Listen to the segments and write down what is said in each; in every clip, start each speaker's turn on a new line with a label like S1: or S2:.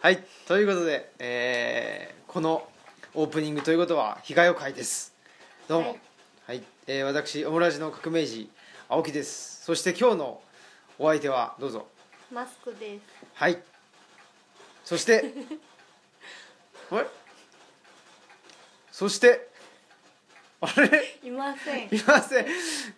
S1: はいということで、えーこのオープニングということは被害を会ですどうも
S2: は
S1: はいい、えー私オムラジの革命児青木ですそして今日のお相手はどうぞ
S2: マスクです。
S1: はいそしてはいそしてあれ
S2: いません。
S1: いません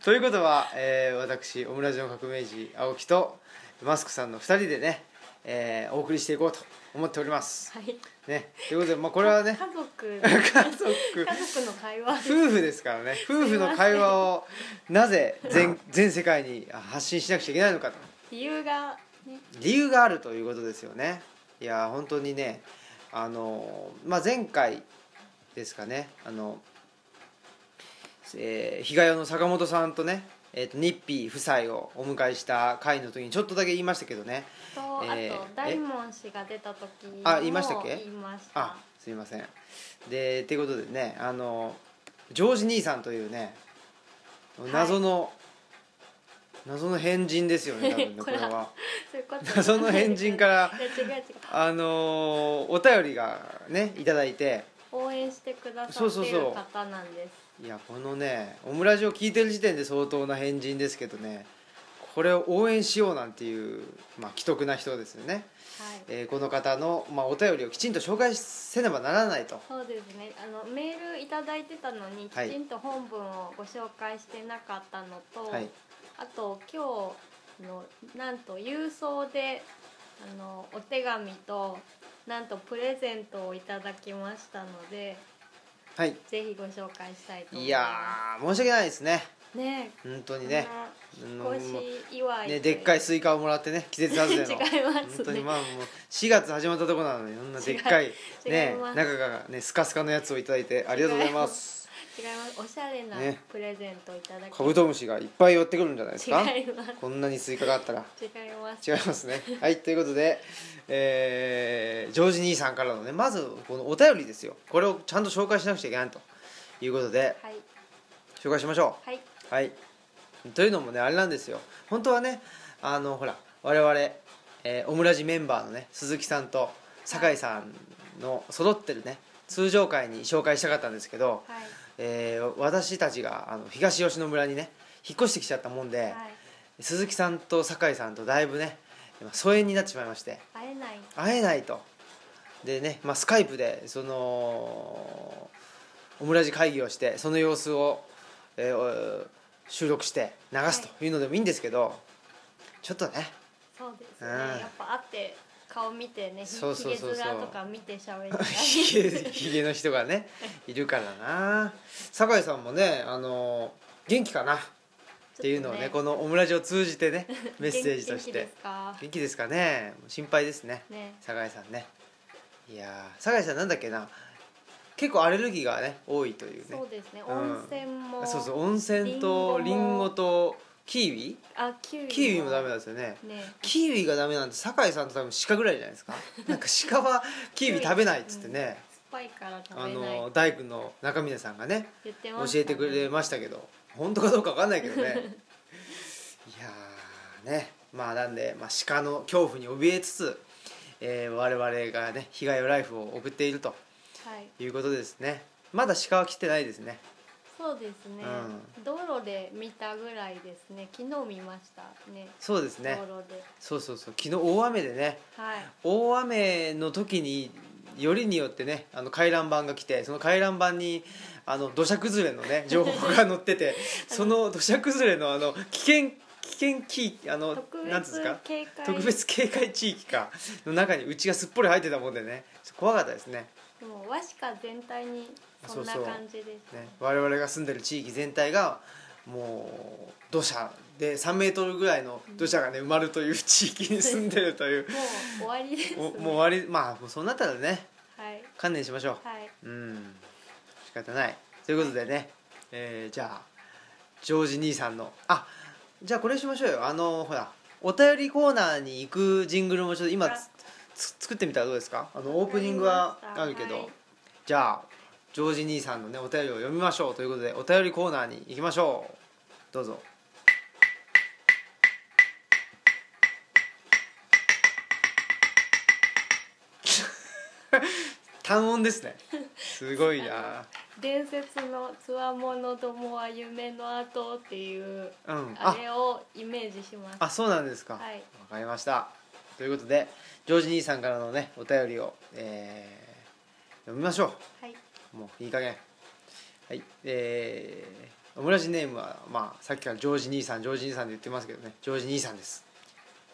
S1: ということは、えー私オムラジオ革命児青木とマスクさんの2人でね、えーお送りしていこうと思っております、
S2: はい。
S1: ね、ということで、まあ、これはね
S2: 家族。
S1: 家
S2: 家
S1: 族
S2: 族の会話。
S1: 夫婦ですからね夫婦の会話をなぜ全全世界に発信しなくちゃいけないのかと
S2: 理由が。ね。
S1: 理由があるということですよねいやー本当にねあのー、まあ、前回ですかねあのえー、日替の坂本さんとね、えー、とニッピー夫妻をお迎えした回の時にちょっとだけ言いましたけどね
S2: と、
S1: え
S2: あ
S1: ー
S2: と、大門氏が出た時も。
S1: あ言いましたっけ
S2: 言いました。
S1: あすいませんでっていうことでねあのジョージ兄さんというね
S2: い
S1: 謎の、謎の変人ですよ ね多分ね
S2: こ
S1: こ
S2: れ
S1: れ
S2: は
S1: は。
S2: そういうこと。
S1: 謎の変人から
S2: いや。違う違う。
S1: あのーお便りがねいただいて
S2: 応援してくださ
S1: そう
S2: って
S1: そう
S2: い
S1: そう
S2: る方なんです。
S1: いやこのねオムラジを聞いてる時点で相当な変人ですけどねこれを応援しようなんていう、まあ、既得な人ですよね、
S2: はい。
S1: えーこの方の、まあ、お便りをきちんと紹介せねばならないと
S2: そうですねあのメールいただいてたのにき
S1: はい
S2: ちんと本文をご紹介してなかったのと、
S1: はい
S2: あと今日のなんと郵送であのお手紙となんとプレゼントをいただきましたので
S1: はい
S2: ぜひご紹介したいと思
S1: い
S2: いま
S1: やー申し訳ないですね
S2: す。ね
S1: 本当
S2: え
S1: にねう
S2: こん
S1: ん
S2: な
S1: もう
S2: 引っ越し祝い
S1: ねでっかい
S2: ス
S1: スイカをもらってね季節外
S2: 違
S1: れ
S2: い
S1: の
S2: ます
S1: 本当に
S2: ね。
S1: まあもう4月始まったとこな のにそんなでっかい
S2: 違い
S1: ね
S2: 違います
S1: 中がねスカスカのやつをいただいてありがとうございます
S2: 違います。おしゃれな
S1: ね
S2: プレゼントをいただき
S1: カブトムシがいっぱい寄ってくるんじゃないですか
S2: 違います。
S1: こんなにスイカがあったら
S2: 違います。
S1: 違いますね はいということで、えージョージ兄さんからのねまずこのお便りですよこれをちゃんと紹介しなくちゃいけないということで
S2: はい
S1: 紹介しましょ
S2: はい。
S1: うはいというのもねあれなんですよ本当はねあのほら我々、えーオムラジメンバーのね鈴木さんと酒井さんの揃ってるね通常会に紹介したかったんですけど、
S2: はい
S1: えー私たちがあの東吉野村にね引っ越してきちゃったもんで、
S2: はい、
S1: 鈴木さんと酒井さんとだいぶね今疎遠になってしまいまして
S2: 会えない
S1: 会えないとでね、まあ、スカイプでそのオムラジ会議をしてその様子を、えーお収録して流すというのでもいいんですけど、ちょっと ね
S2: そうです
S1: う
S2: ね、
S1: ん
S2: やっぱ会って顔見てねひ
S1: そうそうそうそう
S2: ひげ面とか見て喋りたい
S1: ひげひげの人がねいるからな酒井さんもね、あのー元気かなっていうのをね
S2: ちょ
S1: こ
S2: っと
S1: のオムラジを通じ てねメッセージとして
S2: 元気ですか
S1: 元気ですかね心配ですね
S2: ね
S1: 酒井さんねいやー酒井さんなんだっけな結構アレルギーがね多いというね
S2: そうですね
S1: うん
S2: 温泉も、
S1: そうそう温泉と
S2: リ
S1: リ
S2: ンゴも
S1: ンゴとキウイ
S2: あキウイ
S1: キウイもダメなんですよね
S2: ね
S1: キウイがダメなんて酒井さんと多分鹿ぐらいじゃないです かなんか鹿はキウイ食べないっつってね、
S2: 酸っぱいから食
S1: あ
S2: べない
S1: の大工の中峰さんがね
S2: 言って
S1: 教
S2: ました
S1: えてくれ
S2: ね
S1: ましたけど本当かどうか分かんないけどね いやーねまあなんで、まあ、鹿の恐怖に怯えつつ、えー我々がね被害をライフを送っていると
S2: はい
S1: いうことですねまだ鹿は来てないですね
S2: そうですね、
S1: う
S2: 道路で見たぐらいですね昨日見ましたね
S1: そうですね
S2: 道路で
S1: そうそうそう昨日大雨でね
S2: はい
S1: 大雨の時によりによってねあの回覧板が来てその回覧板にあの土砂崩れのね情報が載っててその土砂崩れのあの危険危険キーあの
S2: 特
S1: なんつうんです
S2: 別
S1: か
S2: 警戒
S1: 特別警戒地域かの中にうちがすっぽり入ってたもんでねちょっと怖かったですね
S2: でも和紙か全体にそんな
S1: そうそう
S2: 感じです
S1: ね我々が住んでる地域全体がもう土砂で3メートルぐらいの土砂がね埋まるという地域に住んでると いう
S2: もう終わりです、ね。
S1: もうもう終わりまあもうそうなったらね
S2: はい。
S1: 観念しましょう
S2: はい。
S1: うん仕方ないということでね、えーじゃあジョージ兄さんのあじゃあこれしましょうよあのほらお便りコーナーに行くジングルもちょっと今
S2: あ
S1: つつ作ってみたらどうですかあのオープニングはあるけど、
S2: はい
S1: じゃあジョージ兄さんのねお便りを読みましょうということでお便りコーナーに行きましょうどうぞ 単音ですねすご いな
S2: 伝説のつわものどもは夢の後っていう
S1: うん
S2: あ
S1: あ
S2: れをイメージします。
S1: あそうなんですか、
S2: はい
S1: わかりましたということでジョージ兄さんからのねお便りを、えー読みましょ
S2: はい。
S1: うもういい加減はいえー、オムラジネームは、まあ、さっきからジョージ兄さんジョージ兄さんで言ってますけどねジョージ兄さんです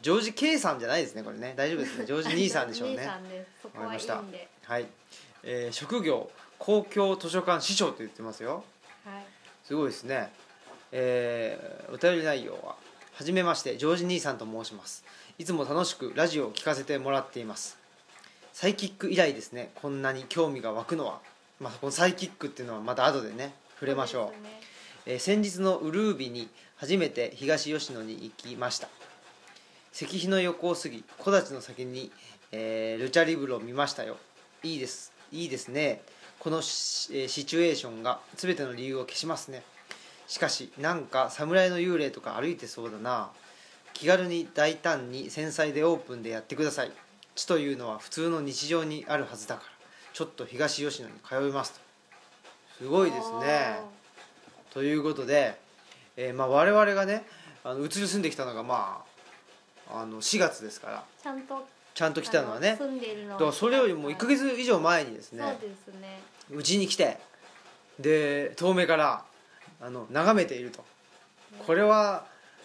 S1: ジョージ K さんじゃないですねこれね大丈夫ですね ジョージ兄さんでしょう
S2: 兄
S1: ね
S2: さんです。そこ
S1: わかりま
S2: はいい
S1: した
S2: んで。
S1: はい、えー職業公共図書館司書と言ってますよ
S2: はい。
S1: すごいですね。えーお便り内容は、はじめまして、ジョージ兄さんと申します。いつも楽しくラジオを聞かせてもらっています。サイキック以来ですね、こんなに興味が湧くのは。まあ、このサイキックっていうのはまた後でね、触れましょう。
S2: そうですね
S1: えー先日のウルービに初めて東吉野に行きました石碑の横を過ぎ木立の先に、えールチャリブロを見ましたよいいですいいですねこのシ,、えーシチュエーションが全ての理由を消しますねしかしなんか侍の幽霊とか歩いてそうだな気軽に大胆に繊細でオープンでやってください地というのは普通の日常にあるはずだからちょっと東吉野に通いますとすごいですねということで、えーまあ、我々がねあのうつに住んできたのが、まあ、あの4月ですから
S2: おーちゃんと
S1: ちゃんと来たのは
S2: あ
S1: ね
S2: 住んでいるの
S1: だ
S2: は
S1: からそれよりも1ヶ月以上前にです
S2: そう
S1: ね
S2: ですね。
S1: うちに来てで遠目からあの眺めているとこれは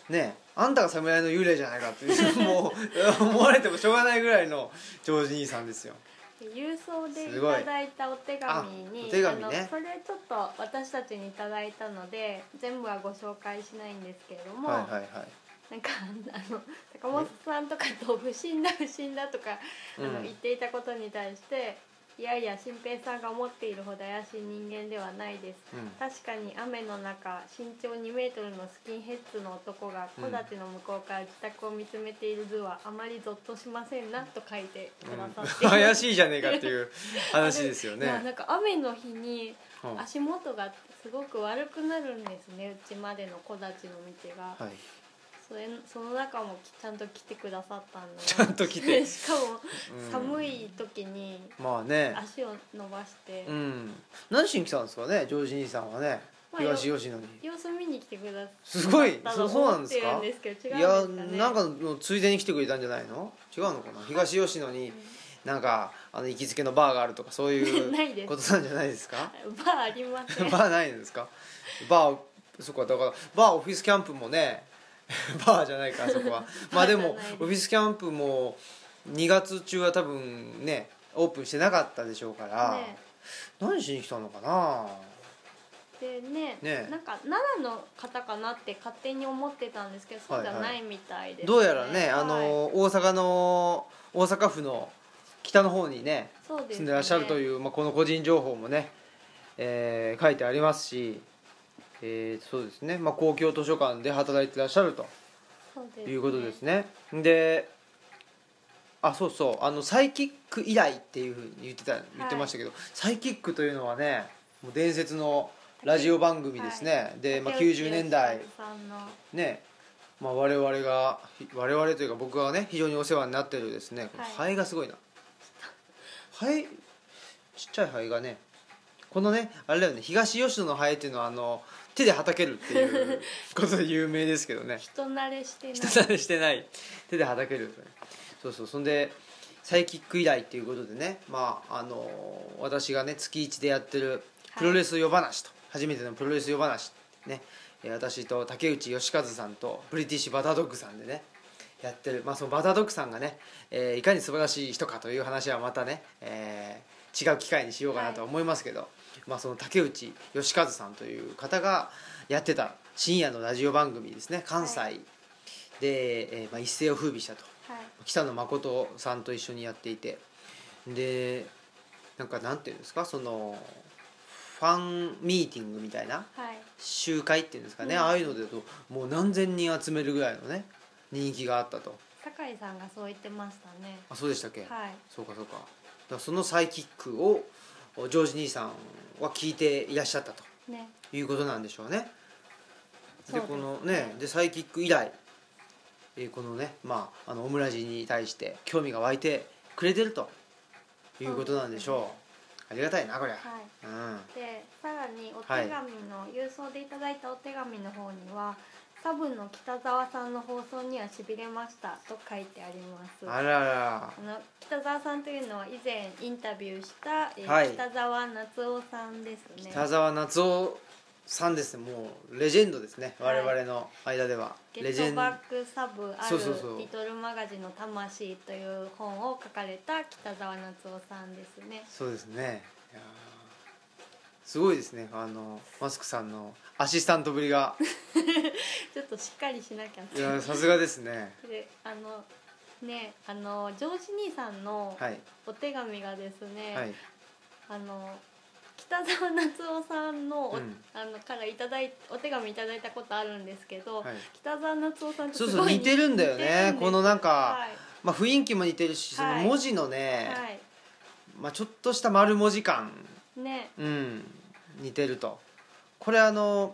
S1: ねあんたが侍の幽霊じゃないかっていう もう思われてもしょうがないぐらいのジョージ兄さんですよ
S2: 郵送でい
S1: すごい
S2: ただいたお手紙
S1: あ
S2: に
S1: お手紙ね
S2: のそれちょっと私たちにいただいたので全部はご紹介しないんですけれども、
S1: はいはいはい
S2: なんかあの坂本さんとかと不審だ不審だとか、あ
S1: う
S2: の
S1: ん
S2: 言っていたことに対していやいや新平さんが思っているほど怪しい人間ではないです
S1: うん
S2: 確かに雨の中身長2メートルのスキンヘッズの男が
S1: う
S2: 戸
S1: ん
S2: 建ての向こうから自宅を見つめている図はあまりゾッとしませんなと書いてくださって、
S1: うん 怪しいじゃねえかっていう話ですよ
S2: いや
S1: ね
S2: なんか雨の日に
S1: うんは
S2: 足元がすごく悪くなるんですねうちまでの木立の道が、
S1: い
S2: それその中もきちゃんと来てくださったんだ
S1: ちゃんと来て
S2: しかも
S1: うん
S2: 寒い時に
S1: まあね
S2: 足を伸ばして、
S1: うん、何しに来たんですかねジョージ兄さんはね、
S2: まあ
S1: 東吉野に
S2: 様子見に来てくださった
S1: すごい
S2: と
S1: そ
S2: 思
S1: そうなんです
S2: ってる
S1: か
S2: んですけど違
S1: いや
S2: うんですか、ね、
S1: なんかのついでに来てくれたんじゃないの違うのかな東吉野になんかあの行きつけのバーがあるとかそうい
S2: ないで
S1: う
S2: す
S1: ことなんじゃないです か
S2: バーあり ません
S1: バーないんですかバーそこはだからバーオフィスキャンプもね バーじゃないかあそ こはまあでも
S2: バーじゃないです
S1: オフィスキャンプも2月中は多分ねオープンしてなかったでしょうから、
S2: ね
S1: 何しに来たのかな
S2: でね
S1: ね
S2: なんか奈良の方かなって勝手に思ってたんですけどそうじゃないみたいです、
S1: どうやらね、あ
S2: はい
S1: の大阪の大阪府の北の方にね
S2: そうですね
S1: 住んでらっしゃるという、まあ、この個人情報もね、えー書いてありますし、えーそうですね、まあ、公共図書館で働いてらっしゃると
S2: そうですね
S1: いうことですねであそうそうあのサイキック以来っていうふうに言ってた言ってましたけど、サイキックというのはねもう伝説のラジオ番組ですね、で、まあ、
S2: 竹内
S1: 90年代
S2: 由紀さんの
S1: ねまあ、我々がひ我々というか僕がね非常にお世話になってるですねこの
S2: はい
S1: ハエがすごいな、ハエちっちゃいハエがねこのねあれだよね東吉野のハエっていうのはあの手ではたけるっていうことで有名ですけ どね
S2: 人慣れしてない
S1: 人慣れしてない手ではたけるそうそうそんでサイキック以来っていうことでねまああの私がね月一でやってるプロレス夜話と、初めてのプロレス夜話ねえー私と竹内義和さんとブリティッシュバタードッグさんでねやってる、まあ、そのバタードッグさんがね、えーいかに素晴らしい人かという話はまたね、えー違う機会にしようかなとは思いますけど、まあ、その竹内義和さんという方がやってた深夜のラジオ番組ですね関西、
S2: は
S1: で、えーまあ、一世を風靡したと
S2: はい
S1: 北野誠さんと一緒にやっていてでなんかなんていうんですかそのファンミーティングみたいな
S2: はい
S1: 集会っていうんですかね、
S2: うん
S1: ああいうのでともう何千人集めるぐらいのね人気があったと
S2: 酒井さんがそう言ってましたね
S1: あそうでしたっけ、
S2: はい
S1: そうかそうかだからそのサイキックをジョージ兄さんは聞いていらっしゃったと
S2: ね
S1: いうことなんでしょうね。で
S2: そうです
S1: この
S2: ね
S1: ねでサイキック以来、えーこのねまああのオムラジに対して興味が湧いてくれてるということなんでしょうありがたいなこりゃ、
S2: は
S1: う
S2: い
S1: ん
S2: でさらにお手紙の、郵送でいただいたお手紙の方にはサブの北沢さんの放送にはしびれましたと書いてあります
S1: あらら
S2: あの北沢さんというのは以前インタビューした、えー
S1: はい
S2: 北沢夏夫さんですね
S1: 北澤夏夫さんですねもうレジェンドですね、
S2: はい
S1: 我々の間では
S2: ゲ
S1: レジェ
S2: ッ
S1: ン
S2: ト
S1: ド
S2: バックサブあ
S1: そ
S2: る
S1: うそうそう
S2: リトルマガジンの魂という本を書かれた北沢夏夫さんですね。
S1: そうですねいやーすごいですねあのマスクさんのアシスタントぶりが
S2: ちょっとしっかりしなきゃ。
S1: いやーさすがですね
S2: で、あのね、あの上司兄さんの
S1: はい
S2: お手紙がですね、
S1: はい
S2: あの北沢夏夫さんのお、
S1: うん
S2: あのからいただいお手紙いただいたことあるんですけど、
S1: はい
S2: 北沢夏夫さんとす
S1: そ
S2: ご
S1: う
S2: い
S1: そう似てるんだよ
S2: 似てる
S1: ね
S2: です
S1: このなんか、
S2: はい
S1: まあ、雰囲気も似てるしその
S2: はい
S1: 文字のね、
S2: はい、
S1: まあ、ちょっとした丸文字感、
S2: ね、
S1: うん、似てるとこれあの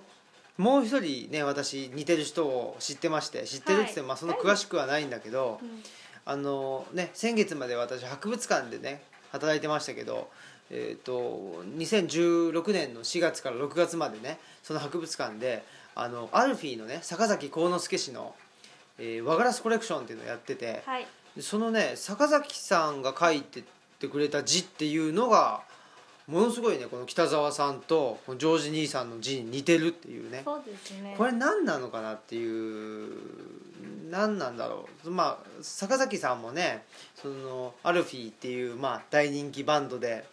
S1: もう一人ね私似てる人を知ってまして知ってるって言っても、
S2: はい
S1: まあ、そんな詳しくはないんだけど、
S2: うん
S1: あのね、先月まで私博物館でね働いてましたけど、えー、と2016年の4月から6月までねその博物館であのアルフィーのね坂崎幸之助氏の、えー和ガラスコレクション」っていうのをやってて、
S2: はい、
S1: でそのね坂崎さんが書いてってくれた字っていうのがものすごいねこの北沢さんとこのジョージ兄さんの字に似てるっていうね
S2: そうですね。
S1: これ何なのかなっていう何なんだろうまあ坂崎さんもねそのアルフィーっていう、まあ、大人気バンドで、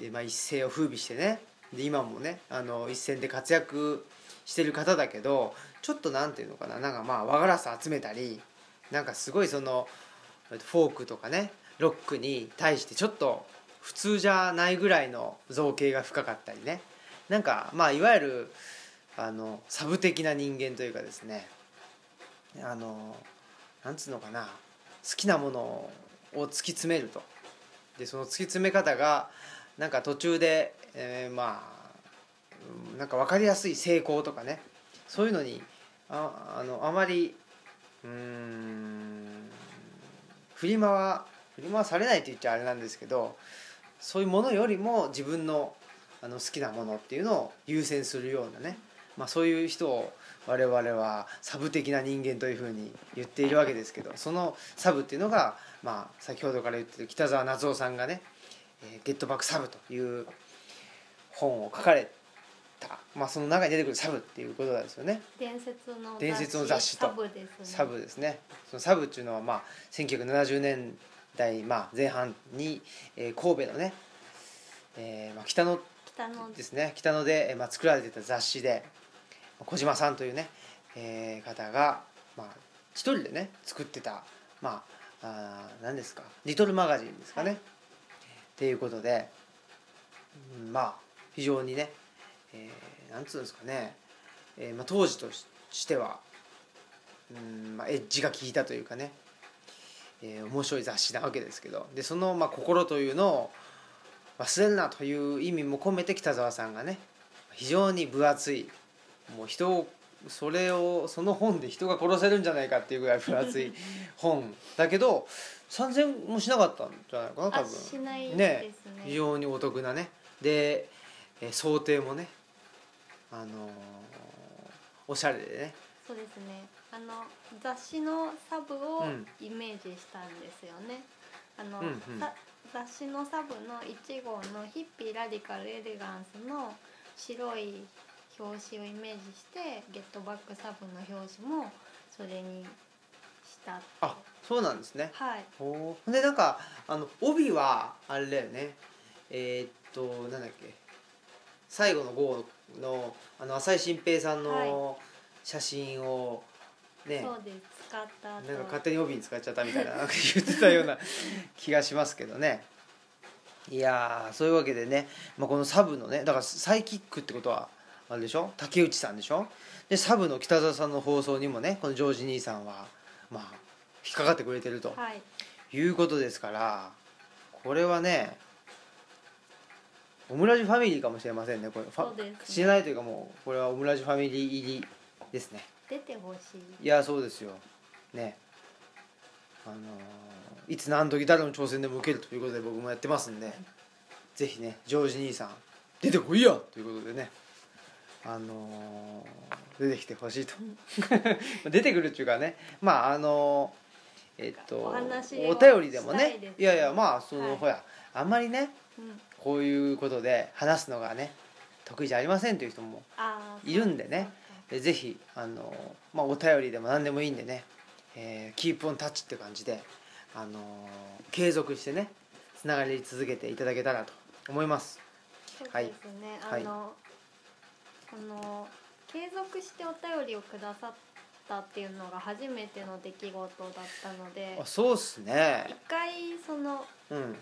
S1: えーまあ、一世を風靡してねで今もねあの一線で活躍してる方だけどちょっとなんていうのかななんかまあ和ガラス集めたりなんかすごいそのフォークとかねロックに対してちょっと普通じゃないぐらいの造形が深かったりねなんかまあいわゆるあのサブ的な人間というかですねあのなんつうのかな好きなものを突き詰めるとでその突き詰め方がなんか途中で、えーまあうんなんか分かりやすい成功とかねそういうのにああのあまりうーん振り回振り回されないと言っちゃあれなんですけどそういうものよりも自分のあの好きなものっていうのを優先するようなね、まあ、そういう人を我々はサブ的な人間というふうに言っているわけですけどそのサブっていうのが、まあ、先ほどから言ってる北澤夏夫さんがね「えーゲットバックサブ」という本を書かれた、まあ、その中に出てくるサブっていうことなんですよね。
S2: 伝説の
S1: 伝説の雑誌と
S2: サブですね。
S1: サブですねそのサブっていうのは、まあ、1970年代、まあ、前半に、えー神戸のね、えーまあ、北の
S2: 北の
S1: ですね北野で、えーまあ、作られてた雑誌で小島さんというね、えー方が、まあ、一人でね作ってた、まあ、あー何ですかリトルマガジンですかね。
S2: はい
S1: っていうことで、うんまあ非常にね、えーなんつうんですかね、えーまあ、当時とししては、うんまあ、エッジが効いたというかね、えー面白い雑誌なわけですけどでその、まあ、心というのを忘れるなという意味も込めて北沢さんがね非常に分厚いもう人をそれをその本で人が殺せるんじゃないかっていうぐらい分厚 い本だけど3,000もしなかったんじゃないかな多
S2: あ
S1: 分
S2: しないです
S1: ね
S2: ね。
S1: 非常にお得なねで、えー想定もねあのーおしゃれでね
S2: そうですね。あの雑誌のサブを
S1: うん
S2: イメージしたんですよね。あの、
S1: うんうん
S2: さ雑誌のサブの1号のヒッピーラディカルエレガンスの白い表紙をイメージしてゲットバックサブの表紙もそれにした。
S1: あそうなんですね
S2: はい。
S1: ほうでなんかあの帯はあれだよねえーっとなんだっけ最後の号のあの浅井新平さんの写真をね、
S2: そうです。使った後。
S1: なんか勝手に帯に使っちゃったみたいななんか言ってたよう な気がしますけどねいやーそういうわけでね、まあ、このサブのねだからサイキックってことはあれでしょ竹内さんでしょでサブの北澤さんの放送にもねこのジョージ兄さんはまあ引っかかってくれてると
S2: はい。
S1: いうことですからこれはねオムラジファミリーかもしれませんねこれファ
S2: そうですね
S1: 知らないというかもうこれはオムラジファミリー入りですね
S2: 出てほしい。
S1: いやそうですよねあのいつ何時誰の挑戦でも受けるということで僕もやってますんでぜひねジョージ兄さん出てこいやということでねあの出てきてほしいと 出てくるっていうかねまああのえっと
S2: お話を
S1: お便りでも
S2: した
S1: ね
S2: いです
S1: いやいやまあその、
S2: はい
S1: ほらあんまりね
S2: うん、
S1: こういうことで話すのがね得意じゃありませんという人も
S2: あー
S1: いるんでねえぜひあの、まあ、お便りでも何でもいいんでね、えー、キープオンタッチって感じであの継続してねつながり続けていただけたらと思います
S2: そうか
S1: はい
S2: そうですね、
S1: はい
S2: あの、この継続してお便りをくださったっていうのが初めての出来事だったので
S1: あそうっす
S2: 一
S1: ね
S2: 回その、
S1: うん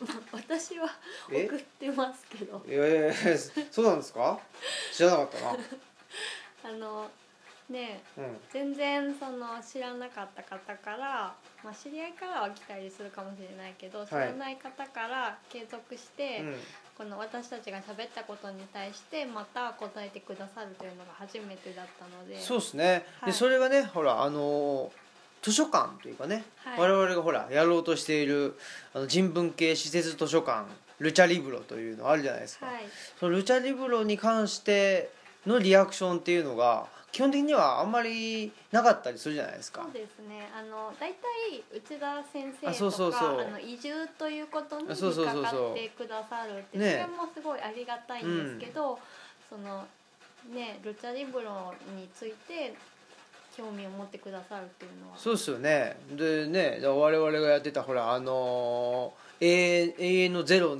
S2: ま、私は
S1: え
S2: 送ってますけど
S1: いやいやいやそうなんですか知らなかったな
S2: あのね
S1: うん
S2: 全然その知らなかった方から、まあ、知り合いからは来たりするかもしれないけど知らない方から継続して、
S1: うん
S2: この私たちが喋ったことに対してまた答えてくださるというのが初めてだったので
S1: そうですね、
S2: は
S1: で
S2: い
S1: それがねほらあの図書館というかね、
S2: はい
S1: 我々がほらやろうとしているあの人文系施設図書館ルチャリブロというのあるじゃないですか、
S2: はい
S1: そのルチャリブロに関してのリアクションっていうのが基本的にはあんまりなかったりするじゃないですか
S2: そうですね。あのだいたい内田先生とか
S1: あそうそうそう
S2: あの移住ということに引
S1: あ
S2: っ
S1: そうそうそうそう
S2: かかってくださるってそ
S1: ね
S2: れもすごいありがたいんですけど、そのねルチャリブロについて興味を持ってくださるっていうのは
S1: そうですよねでねだから我々がやってたほらあのー永遠永遠のゼロ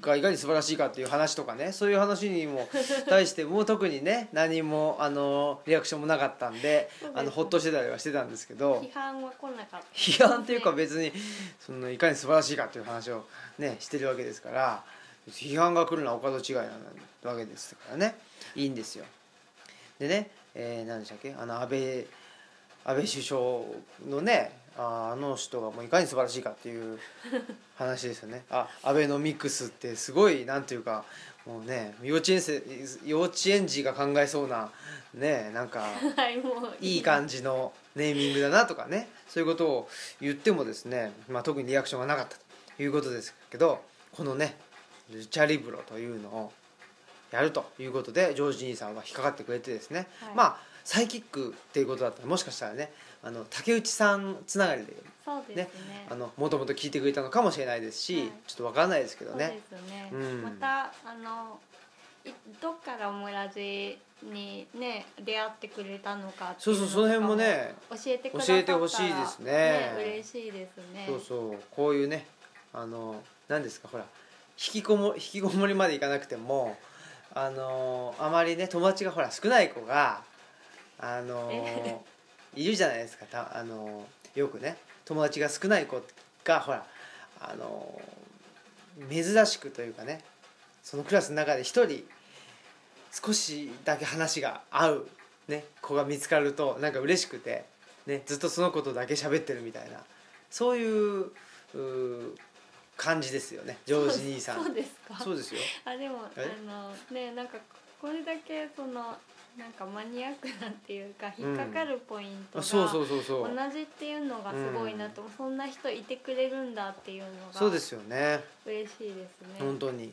S1: がいかに素晴らしいかっていう話とかねそういう話にも対してもう特にね何もあのーリアクションもなかったんで
S2: そうですね
S1: あのほっとしてたりはしてたんですけど
S2: 批判は来なかった。
S1: 批判っていうか別にそのいかに素晴らしいかっていう話をねしてるわけですから批判が来るのはお門違いなわけですからねいいんですよ。でね、えー何でしたっけあの安倍安倍首相のねあーあの人がもういかに素晴らしいかっていう話ですよね。 あアベノミクスってすごいなんていうかもうね幼稚園生幼稚園児が考えそうなねなんか。
S2: はいもう
S1: いい感じのネーミングだなとかねそういうことを言ってもですね、まあ、特にリアクションがなかったということですけどこのねルチャリブロというのをやるということでジョージ兄さんは引っかかってくれてですね、
S2: はい
S1: まあサイキックっていうことだったらもしかしたらねあの竹内さんつながりで
S2: そうですね。
S1: あのもともと聞いてくれたのかもしれないですし、
S2: はい
S1: ちょっとわからないですけど
S2: そう
S1: ね。
S2: ですね。
S1: うん
S2: またあのいどっからオムラジにね出会ってくれたのかって
S1: そ
S2: いう
S1: そうその辺も
S2: とか
S1: ね
S2: 教えてくださ
S1: 教
S2: っ
S1: え
S2: た
S1: て
S2: ら
S1: ほしいですね
S2: 嬉しいですね
S1: そうそうこういうねあの何ですかほら引きこも引きこもりまでいかなくてもあのあまりね友達がほら少ない子があのいるじゃないですかたあのよくね友達が少ない子がほらあの珍しくというかねそのクラスの中で一人少しだけ話が合う、ね、子が見つかるとなんか嬉しくて、ね、ずっとその子とだけ喋ってるみたいなそういううー感じですよねジョージ兄さん
S2: そうですか
S1: そうですよ
S2: あでも
S1: え
S2: あのねなんかこれだけそのなんかマニアックなっていうか引っかかるポイント
S1: あ
S2: が
S1: そうそうそうそ
S2: 同
S1: う
S2: じっていうのがすごいなと、そんな人いてくれるんだっていうの
S1: そう
S2: が
S1: ですよね
S2: 嬉しいですね
S1: 本当に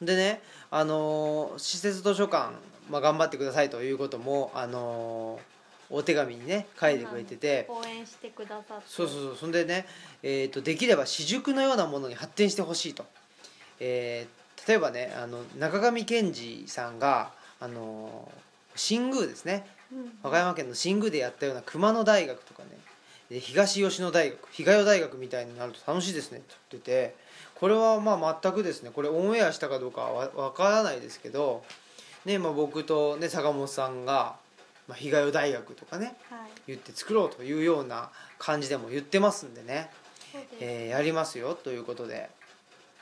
S1: でねあのー施設図書館、まあ、頑張ってくださいということもあのーお手紙にね書いてくれてて
S2: 応援してくださって
S1: そうそうそうそんでね、えー、とできれば私塾のようなものに発展してほしいと、えー例えばねあの中上健二さんがあのー新宮ですね
S2: うん
S1: 和歌山県の新宮でやったような熊野大学とかねで東吉野大学日賀代大学みたいになると楽しいですねって言っててこれはまあ全くですねこれオンエアしたかどうかはわわからないですけど、ねまあ、僕と、ね、坂本さんが、まあ、日賀代大学とかね
S2: はい
S1: 言って作ろうというような感じでも言ってますんでね、
S2: そうです、
S1: えーやりますよということで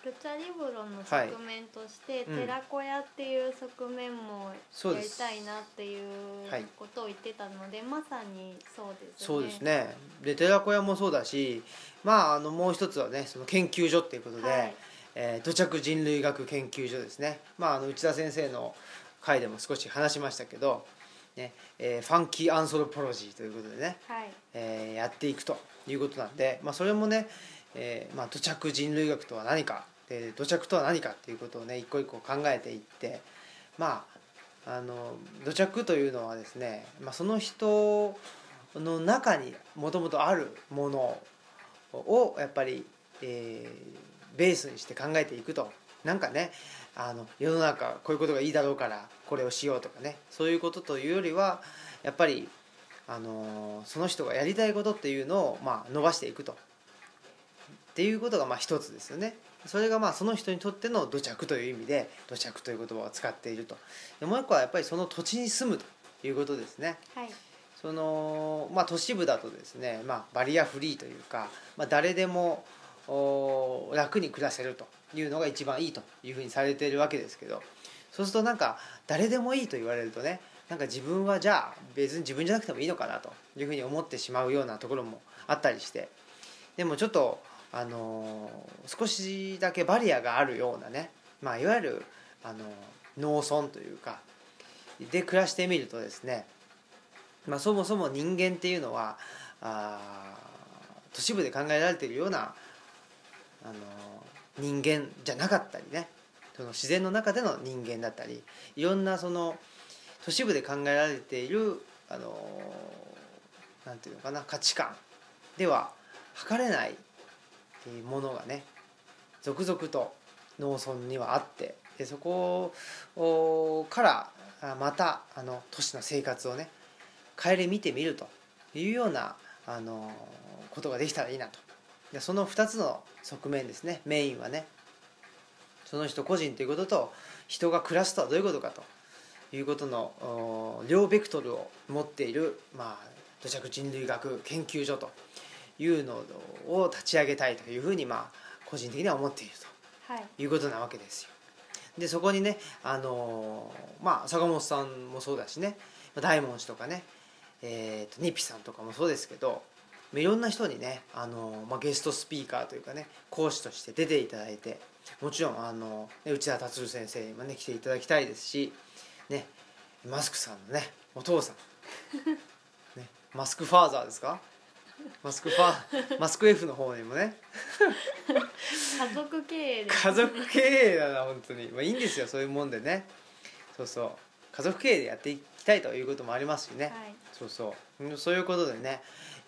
S2: ルチャリブロの側面として、
S1: うん
S2: 寺子屋っていう側面も
S1: そう
S2: や
S1: で
S2: り
S1: す
S2: たいなっていう
S1: はい
S2: ことを言ってたので、まさにそうですね。
S1: そうですねで寺子屋もそうだしまああのもう一つはねその研究所っていうことで、
S2: はい
S1: えー土着人類学研究所ですね、まあ、あの内田先生の回でも少し話しましたけどねえーファンキーアンソロポロジーということでね、
S2: はい
S1: えーやっていくということなんで、まあ、それもね、えーまあ、土着人類学とは何かで土着とは何かっていうことをね一個一個考えていってまああの土着というのはですね、まあ、その人の中にもともとあるものをやっぱり、えーベースにして考えていくとなんかねあの世の中こういうことがいいだろうからこれをしようとかねそういうことというよりはやっぱりあのーその人がやりたいことっていうのを、まあ、伸ばしていくとっていうことがまあ一つですよね。それがまあその人にとっての土着という意味で土着という言葉を使っているとでもう一個はやっぱりその土地に住むということですね
S2: はい
S1: その、まあ、都市部だとですね、まあ、バリアフリーというか、まあ、誰でもお楽に暮らせるというのが一番いいというふうにされているわけですけどそうするとなんか誰でもいいと言われるとねなんか自分はじゃあ別に自分じゃなくてもいいのかなというふうに思ってしまうようなところもあったりしてでもちょっと、あのー少しだけバリアがあるようなね、まあ、いわゆる、あの農村というかで暮らしてみるとですねまあ、そもそも人間っていうのはあー都市部で考えられているようなあの人間じゃなかったりねその自然の中での人間だったりいろんなその都市部で考えられているあのなんていうのかな価値観では測れないえーものがね続々と農村にはあってでそこをからあまたあの都市の生活をね帰り見てみるというようなあのことができたらいいなとでその2つの側面ですねメインはねその人個人ということと人が暮らすとはどういうことかということのお両ベクトルを持っている、まあ、土着人類学研究所というのを立ち上げたいというふうに、まあ、個人的には思っていると。
S2: はい
S1: いうことなわけですよ。でそこにね、あのーまあ、坂本さんもそうだしね大門氏とかね、えーとニッピさんとかもそうですけどまあいろんな人にね、あのーまあ、ゲストスピーカーというかね講師として出ていただいてもちろん、あのーね内田達郎先生にもね来ていただきたいですし、ね、マスクさんのねお父さん、ね、マスクファーザーですかマスクファーマスク F の方にもね
S2: 家族経営です
S1: 家族経営だな本当にまあいいんですよそういうもんでねそうそう家族経営でやっていきたいということもありますしね、
S2: はい
S1: そうそううんそういうことでね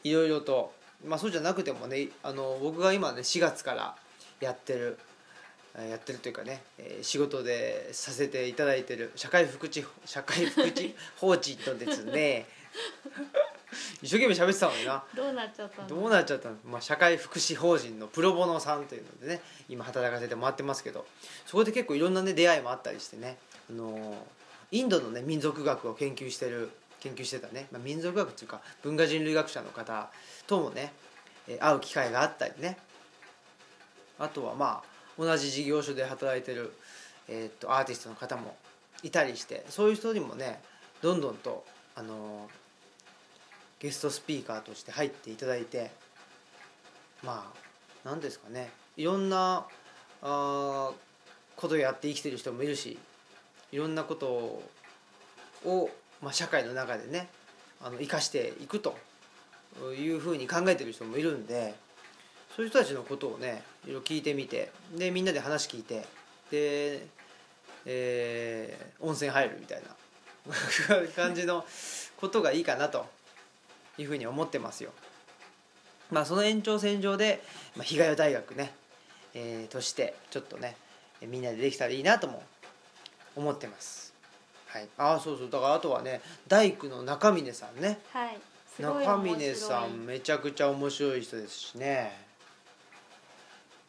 S1: いろいろとまあそうじゃなくてもねあの僕が今ね4月からやってるえーやってるというかね、えー仕事でさせていただいてる社会福祉社会福祉法人とですね一生懸命喋ってたのにな
S2: どうなっちゃったの
S1: どうなっちゃったの、まあ、社会福祉法人のプロボノさんというのでね今働かせてもらってますけどそこで結構いろんなね出会いもあったりしてね、あのーインドのね民族学を研究してる研究してたね、まあ、民族学というか文化人類学者の方ともねえー会う機会があったりねあとはまあ同じ事業所で働いてる、えーっとアーティストの方もいたりしてそういう人にもねどんどんと、あのーゲストスピーカーとして入っていただいてまあ何ですかねいろんなあーことをやって生きてる人もいるしいろんなことをを、まあ、社会の中でねあの生かしていくというふうに考えてる人もいるんでそういう人たちのことをねいろいろ聞いてみてでみんなで話聞いてで、えー温泉入るみたいな 感じのことがいいかなというふうに思ってますよ。まあ、その延長線上で、まあ、日帰り大学ね、えーとしてちょっとねみんなでできたらいいなとも思ってます。はい、ああそうそうだからあとはね大工の中峰さんね
S2: はいすごい
S1: 中
S2: 面
S1: 峰さ
S2: 白い
S1: んめちゃくちゃ面白い人ですしね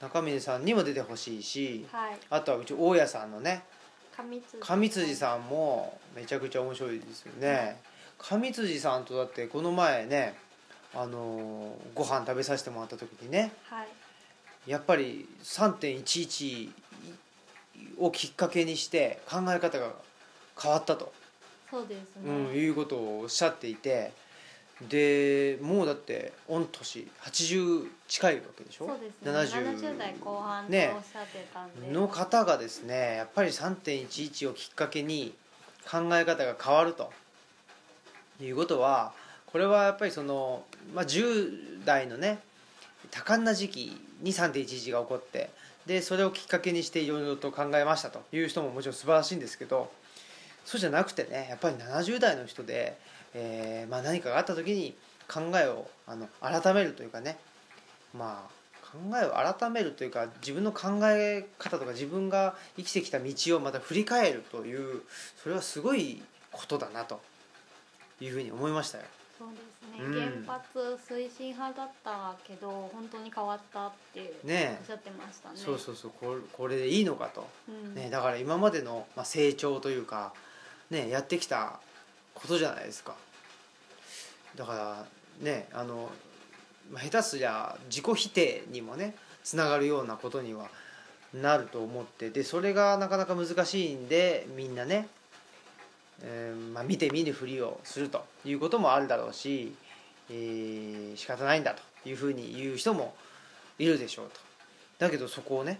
S1: 中峰さんにも出てほしいし
S2: はい
S1: あとはうち大家さんのね
S2: 上辻
S1: 上辻さんもめちゃくちゃ面白いですよね上辻さんとだってこの前ねあのーご飯食べさせてもらった時にね
S2: はい
S1: やっぱり3.11をきっかけにして考え方が変わったと
S2: そうですね、
S1: うん、いうことをおっしゃっていてでもうだって御年80近いわけでしょ
S2: そうですね 70, 代後半とおっ
S1: ね
S2: しゃってたんで、
S1: の方がですねやっぱり3.11をきっかけに考え方が変わるということはこれはやっぱりその、まあ、10代のね多感な時期に3.11が起こってでそれをきっかけにしていろいろと考えましたという人ももちろん素晴らしいんですけどそうじゃなくてねやっぱり70代の人で、えーまあ、何かがあった時に考えをあの改めるというかねまあ考えを改めるというか自分の考え方とか自分が生きてきた道をまた振り返るというそれはすごいことだなというふうに思いましたよ。
S2: そうですね、
S1: うん
S2: 原発推進派だったけど本当に変わったっておっ
S1: ね
S2: しゃってましたね
S1: そうそうそうこれこれでいいのかと、
S2: うん
S1: ね、だから今までのまあ成長というか、ね、やってきたことじゃないですかだからねあのまあ下手すりゃ自己否定にもねつながるようなことにはなると思ってでそれがなかなか難しいんでみんなね、えーまあ、見て見ぬふりをするということもあるだろうし、えー仕方ないんだというふうに言う人もいるでしょうと。だけどそこをね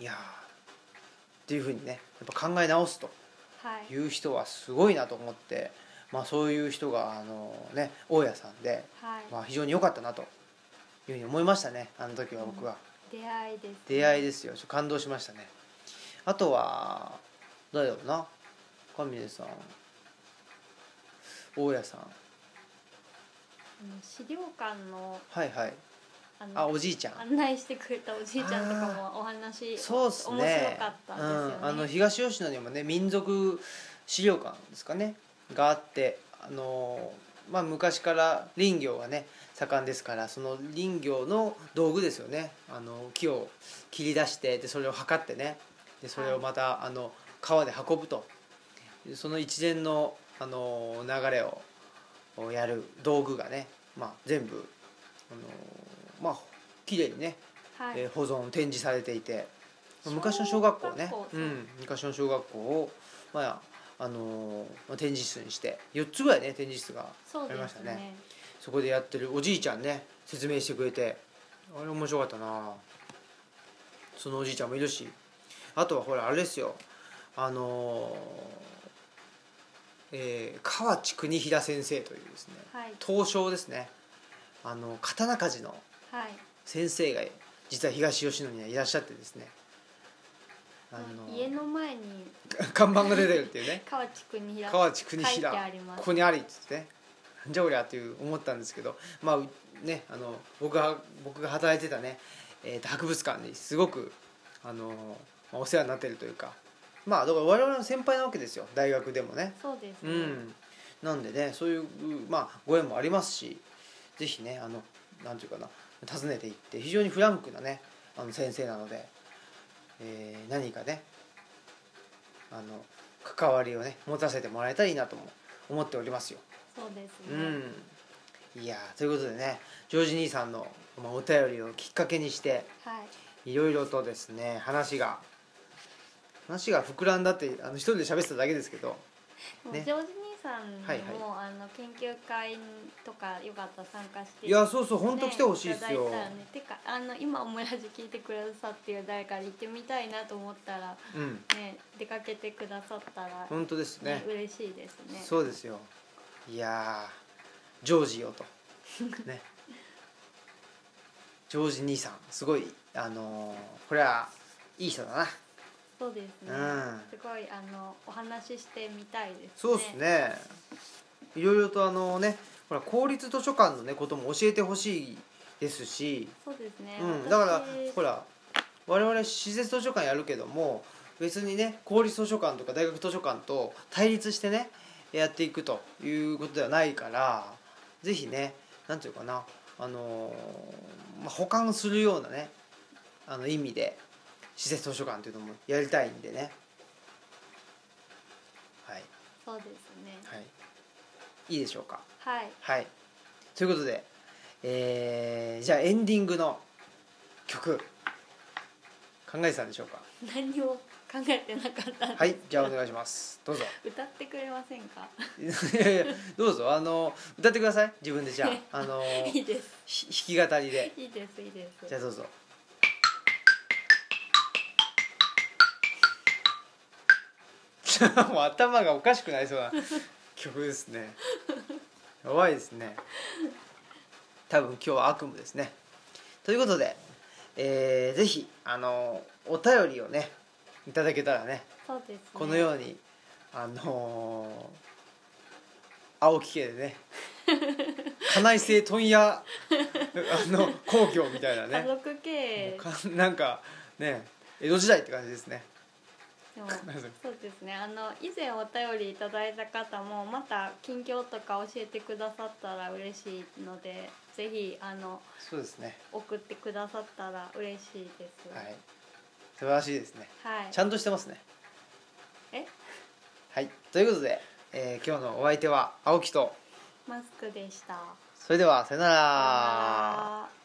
S1: いやーっていうふうにねやっぱ考え直すと
S2: はい
S1: いう人はすごいなと思って、まあ、そういう人があの、ね、大家さんで、
S2: はい、
S1: まあ、非常に良かったなというふうに思いましたねあの時は僕は。
S2: 出会いです、ね、
S1: 出会い
S2: で
S1: ですよちょっと感動しましたねあとは誰だろうな神出さん大家さん
S2: 資料館の
S1: はいはい
S2: あの
S1: あおじいちゃん
S2: 案内してくれたおじいちゃんとかもお話
S1: そうですね
S2: 面白かったですよね、
S1: うん、あの東吉野にもね民族資料館ですかねがあってあの、まあ、昔から林業がね盛んですからその林業の道具ですよねあの木を切り出してでそれを測ってねでそれをまた、あの川で運ぶとその一連のあの流れををやる道具がね、まあ、全部あのまあ綺麗にね
S2: はい、
S1: えー保存展示されていて
S2: 小
S1: 昔の小学校ね
S2: 学校
S1: う、
S2: そうん
S1: 昔の小学校を、まああのーまあ、展示室にして4つぐらいね展示室が
S2: そうで
S1: ありますした
S2: ね
S1: ねそこでやってるおじいちゃんね説明してくれてあれ面白かったなそのおじいちゃんもいるしあとはほらあれですよあのーえー河内国平先生というですね
S2: はい
S1: 刀匠ですねあの刀鍛冶の
S2: はい
S1: 先生が実は東吉野にはいらっしゃってですねあ
S2: 家
S1: の
S2: の前に
S1: 看板が出てるっていう ね
S2: 川地君に開
S1: 河内国
S2: 書いて
S1: 平
S2: あります
S1: ここにありっつってねなんじゃおりゃっていう思ったんですけどまあうねあの僕が僕が働いてたね、えーと博物館にすごくあの、まあお世話になってるというかまあだから我々の先輩なわけですよ大学でもね
S2: そうです
S1: う
S2: ね、
S1: ん、なんでねそういうまあご縁もありますしぜひねあのなんていうかな訪ねていって非常にフランクなねあの先生なので、えー何かねあの関わりをね持たせてもらえたらいいなとも思っておりますよ。
S2: そうです
S1: う
S2: ね、
S1: ん、いやーということでねジョージ兄さんの、まあ、お便りをきっかけにして
S2: はい
S1: いろいろとですね話が話が膨らんだってあの一人で喋ってただけですけど
S2: もう
S1: ね
S2: ジョージ兄さんも、
S1: はい
S2: あの研究会とかよかったら参加して
S1: いやそうそう本当来てほしいですよ
S2: ね、いただいたらねてかあの今オムラジ聞いてくださってる誰かに行ってみたいなと思ったら
S1: うん
S2: ね出かけてくださったら、
S1: 本当ですね
S2: ね嬉しいですね
S1: そうですよいやージョージよとね ジョージ兄さんすごいあのーこれはいい人だな
S2: そうですね、
S1: うん
S2: すごいあのお話ししてみたいですね
S1: そうですねいろいろとあのねほら公立図書館のねことも教えてほしいですし、
S2: そうですね、
S1: うん、だから
S2: 私
S1: ほら我々施設図書館やるけども別にね公立図書館とか大学図書館と対立してねやっていくということではないからぜひねなんていうかなあのーまあ、補完するようなねあの意味で施設図書館というのもやりたいんでねはい
S2: そうですね
S1: はいいいでしょうか
S2: はい
S1: はいということで、えーじゃあエンディングの曲考えてたんでしょうか
S2: 何も考えてなかったんで
S1: はいじゃあお願いしますどうぞ
S2: 歌ってくれませんか
S1: いやいやどうぞあの歌ってください自分でじゃああ の
S2: いいです
S1: ひ弾き語りで
S2: いいですいいです
S1: じゃあどうぞ もう頭がおかしくなりそうな曲ですねやばいですね多分今日は悪夢ですねということで、えーぜひあのお便りをねいただけたらね
S2: そうです、ね、
S1: このようにあのー青木家でね家内製問屋あの工業みたいな
S2: 家
S1: ね
S2: 族経営
S1: かなんかね江戸時代って感じですね
S2: のそうですねあの以前お便りいただいた方もまた近況とか教えてくださったら嬉しいのでぜひあの
S1: そうですね
S2: 送ってくださったら嬉しいです
S1: はい素晴らしいですね
S2: はい、
S1: ちゃんとしてますね
S2: え
S1: はいということで、えー今日のお相手は青木と
S2: マスクでした
S1: それではさよな
S2: さよ
S1: ら
S2: なら